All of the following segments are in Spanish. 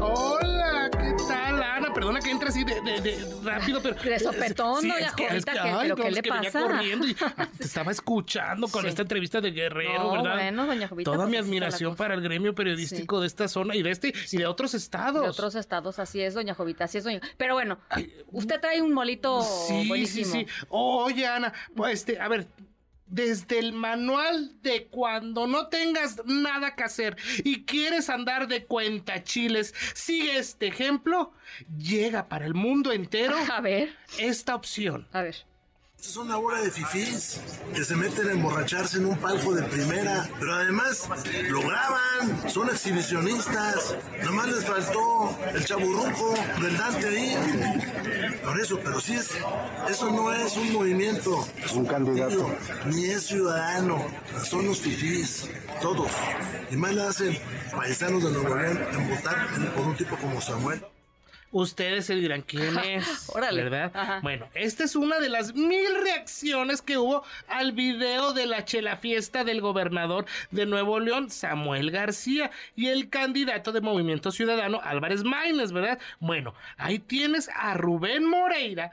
Hola, ¿qué tal, Ana? Perdona que entre así de, de- de rápido, pero. De sopetón, Sí, ¿no? es Ya, que- es Jovita, que, que- ay, pero no, ¿qué es le que venía pasa? corriendo y- ah, te estaba escuchando con Sí. esta entrevista de Guerrero, No, ¿verdad? bueno, doña Jovita, Toda pues mi así está la admiración cosa. para el gremio periodístico de esta zona y de este y de otros estados. De otros estados, así es, doña Jovita, así es, doña. Pero bueno, usted trae un molito sí, Oh, buenísimo. sí, sí. Oye, Ana, pues este, a ver. Desde el manual de cuando no tengas nada que hacer y quieres andar de cuenta chiles, sigue este ejemplo, llega para el mundo entero A ver, esta opción. a ver. Es una bola de fifís que se meten a emborracharse en un palco de primera, pero además lo graban, son exhibicionistas, nomás les faltó el chaburruco del Dante ahí. Por eso, pero sí es, eso no es un movimiento, es un, candidato, ni es ciudadano, son los fifís, todos. Y más le hacen paisanos de Nuevo León en votar por un tipo como Samuel. Ustedes se dirán quién es, Órale. ¿verdad? Ajá. Bueno, esta es una de las mil reacciones que hubo al video de la chela fiesta del gobernador de Nuevo León, Samuel García, y el candidato de Movimiento Ciudadano, Álvarez Maínez, ¿verdad? Bueno, ahí tienes a Rubén Moreira,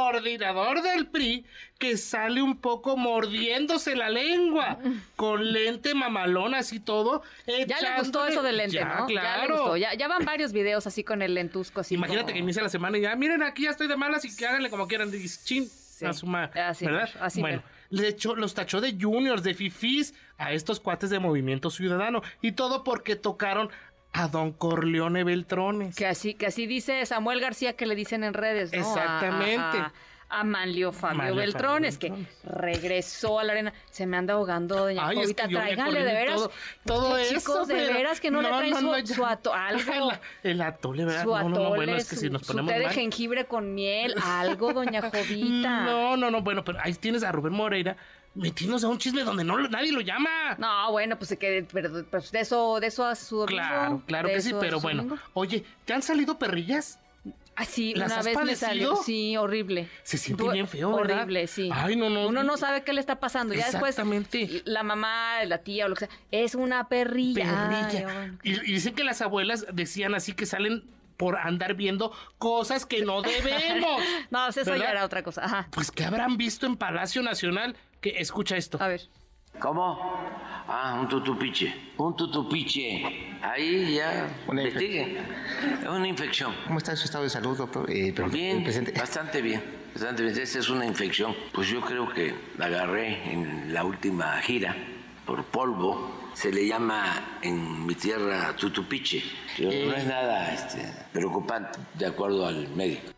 coordinador del PRI, que sale un poco mordiéndose la lengua, con lente mamalón así todo. Ya le gustó echándole- eso del lente, Ya, ¿no? Ya le claro. gustó. Ya, ya van varios videos así con el lentusco así. Imagínate como- que inicia la semana y ya, miren, aquí ya estoy de malas y que háganle como quieran. Y chin, Sí, a su ma- así ¿verdad? mero, así bueno, mero. le echó- los tachó de juniors, de fifís, a estos cuates de Movimiento Ciudadano. Y todo porque tocaron a don Corleone Beltrones. Que así, que así dice Samuel García que le dicen en redes, ¿no? A- Exactamente. A, a- a Manlio Fabio Manlio Beltrones, Fabio que regresó a la arena. Se me anda ahogando, doña Ay, es Jovita. que yo me tráiganle, acordé de de veras. todo- todo Ustedes, eso, Chicos, de pero- veras que no, le no, traen no, su, no, ya. su ato- algo. El atole, ¿verdad? Su Eh, no, atole, no, no, bueno, es que su, si nos su ponemos té de mal- jengibre con miel, algo, doña Jovita. No, no, no, bueno, pero ahí tienes a Rubén Moreira metiéndose a un chisme donde no, lo- nadie lo llama. No, bueno, pues, que, pero, pues, de eso, de eso a su domingo, claro, claro de que sí, eso a pero su bueno. domingo. Oye, ¿te han salido perrillas? Ah, sí, ¿Las una has vez me salió, padecido? sí, horrible. Se siente Due- bien feo, ¿verdad? Horrible, sí. Ay, no, no. Uno no sabe qué le está pasando. Ya después, Exactamente. la mamá, la tía o lo que sea, es una perrilla. Ay, perrilla. bueno. y, y dicen que las abuelas decían así que salen por andar viendo cosas que no debemos. No, pues, eso ya ¿Verdad? era otra cosa. Ajá. Pues que habrán visto en Palacio Nacional que escucha esto. A ver. ¿Cómo? Ah, un tutupiche. Un tutupiche. Ahí ya Una investiguen. Es una infección. ¿Cómo está su estado de salud, doctor? Eh, perdón, Bien, eh, presente. bastante bien. Bastante bien. Esta es una infección. Pues yo creo que la agarré en la última gira por polvo. Se le llama en mi tierra tutupiche. Pero no es nada este, preocupante, de acuerdo al médico.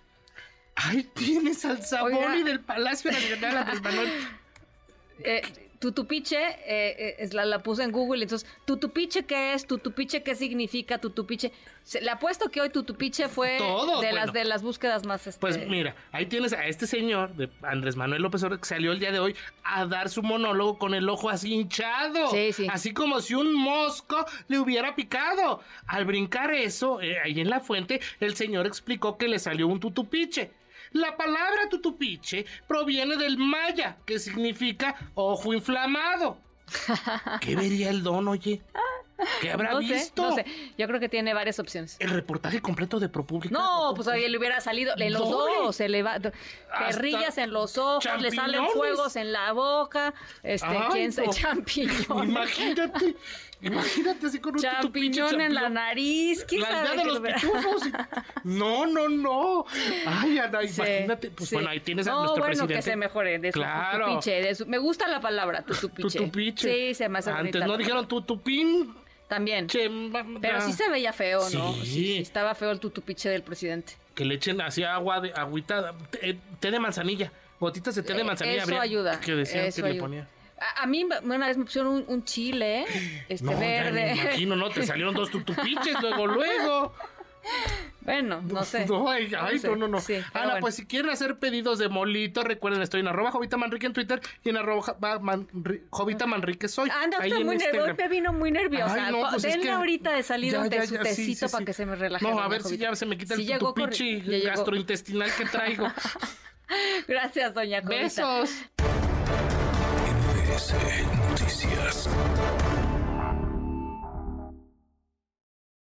Ay, tienes al Saboni Oiga. del Palacio Nacional, Andrés Manuel. Eh, tutupiche, eh, eh, es la, la puse en Google, entonces, tutupiche qué es, tutupiche qué significa, tutupiche. Se- le apuesto que hoy tutupiche fue Todo, de bueno. las de las búsquedas más este, Pues mira, ahí tienes a este señor, de Andrés Manuel López Obrador, que salió el día de hoy a dar su monólogo con el ojo así hinchado. Sí, sí. Así como si un mosco le hubiera picado. Al brincar eso, eh, ahí en la fuente, el señor explicó que le salió un tutupiche. La palabra tutupiche proviene del maya, que significa ojo inflamado. ¿Qué vería el don, oye? ¿Qué habrá no sé, visto? no sé. Yo creo que tiene varias opciones. El reportaje completo de ProPublica. No, pues oye, le hubiera salido en los Doble. dos, se le va, do- Hasta perrillas en los ojos, le salen champiñones. fuegos en la boca, este, Ay, quién se no. champiñón, Imagínate, imagínate así con un tutupiche champiñón en la champiñón. nariz, quién La sabe aldea qué de le los hubiera- pitufos. No, no, no. Ay, Ana, Sí, imagínate. Pues sí. bueno, ahí tienes a No, nuestro bueno, presidente. que se mejore de su Claro. tutupiche, de su- me gusta la palabra tutupiche. Tutupiche. Sí, se me hace Antes bonita. no dijeron tutupín. También. che, Pero sí se veía feo, ¿no? Sí. estaba feo el tutupiche del presidente. Que le echen así agua de agüita, té, té de manzanilla. Gotitas de té de Eh, manzanilla. Eso habría ayuda. Que decían eso que le ayuda. ponía. A, a mí una vez me pusieron un, un chile, este no, ya me verde. imagino, ¿no? Te salieron dos tutupiches luego, luego. Bueno, no sé. No, ay, ay, sé. no, no, no. Sí, pero Ana, bueno. pues si quieren hacer pedidos de molito, recuerden, estoy en arroba Jovita Manrique en Twitter y en arroba ja- Manri- Jovita Manrique soy. Anda, ahí usted en Ah, muy nervioso, Instagram. golpe vino muy nerviosa. Ay, no, pues es Denle que- ahorita de salida Ya, un te- ya, su ya, sí, tecito sí, para sí. que se me relaje. No, la a ver si jovita. ya se me quita Sí el llegó corri- pinche ya llegó. gastrointestinal que traigo. Gracias, doña Jovita. Besos. MBS Noticias.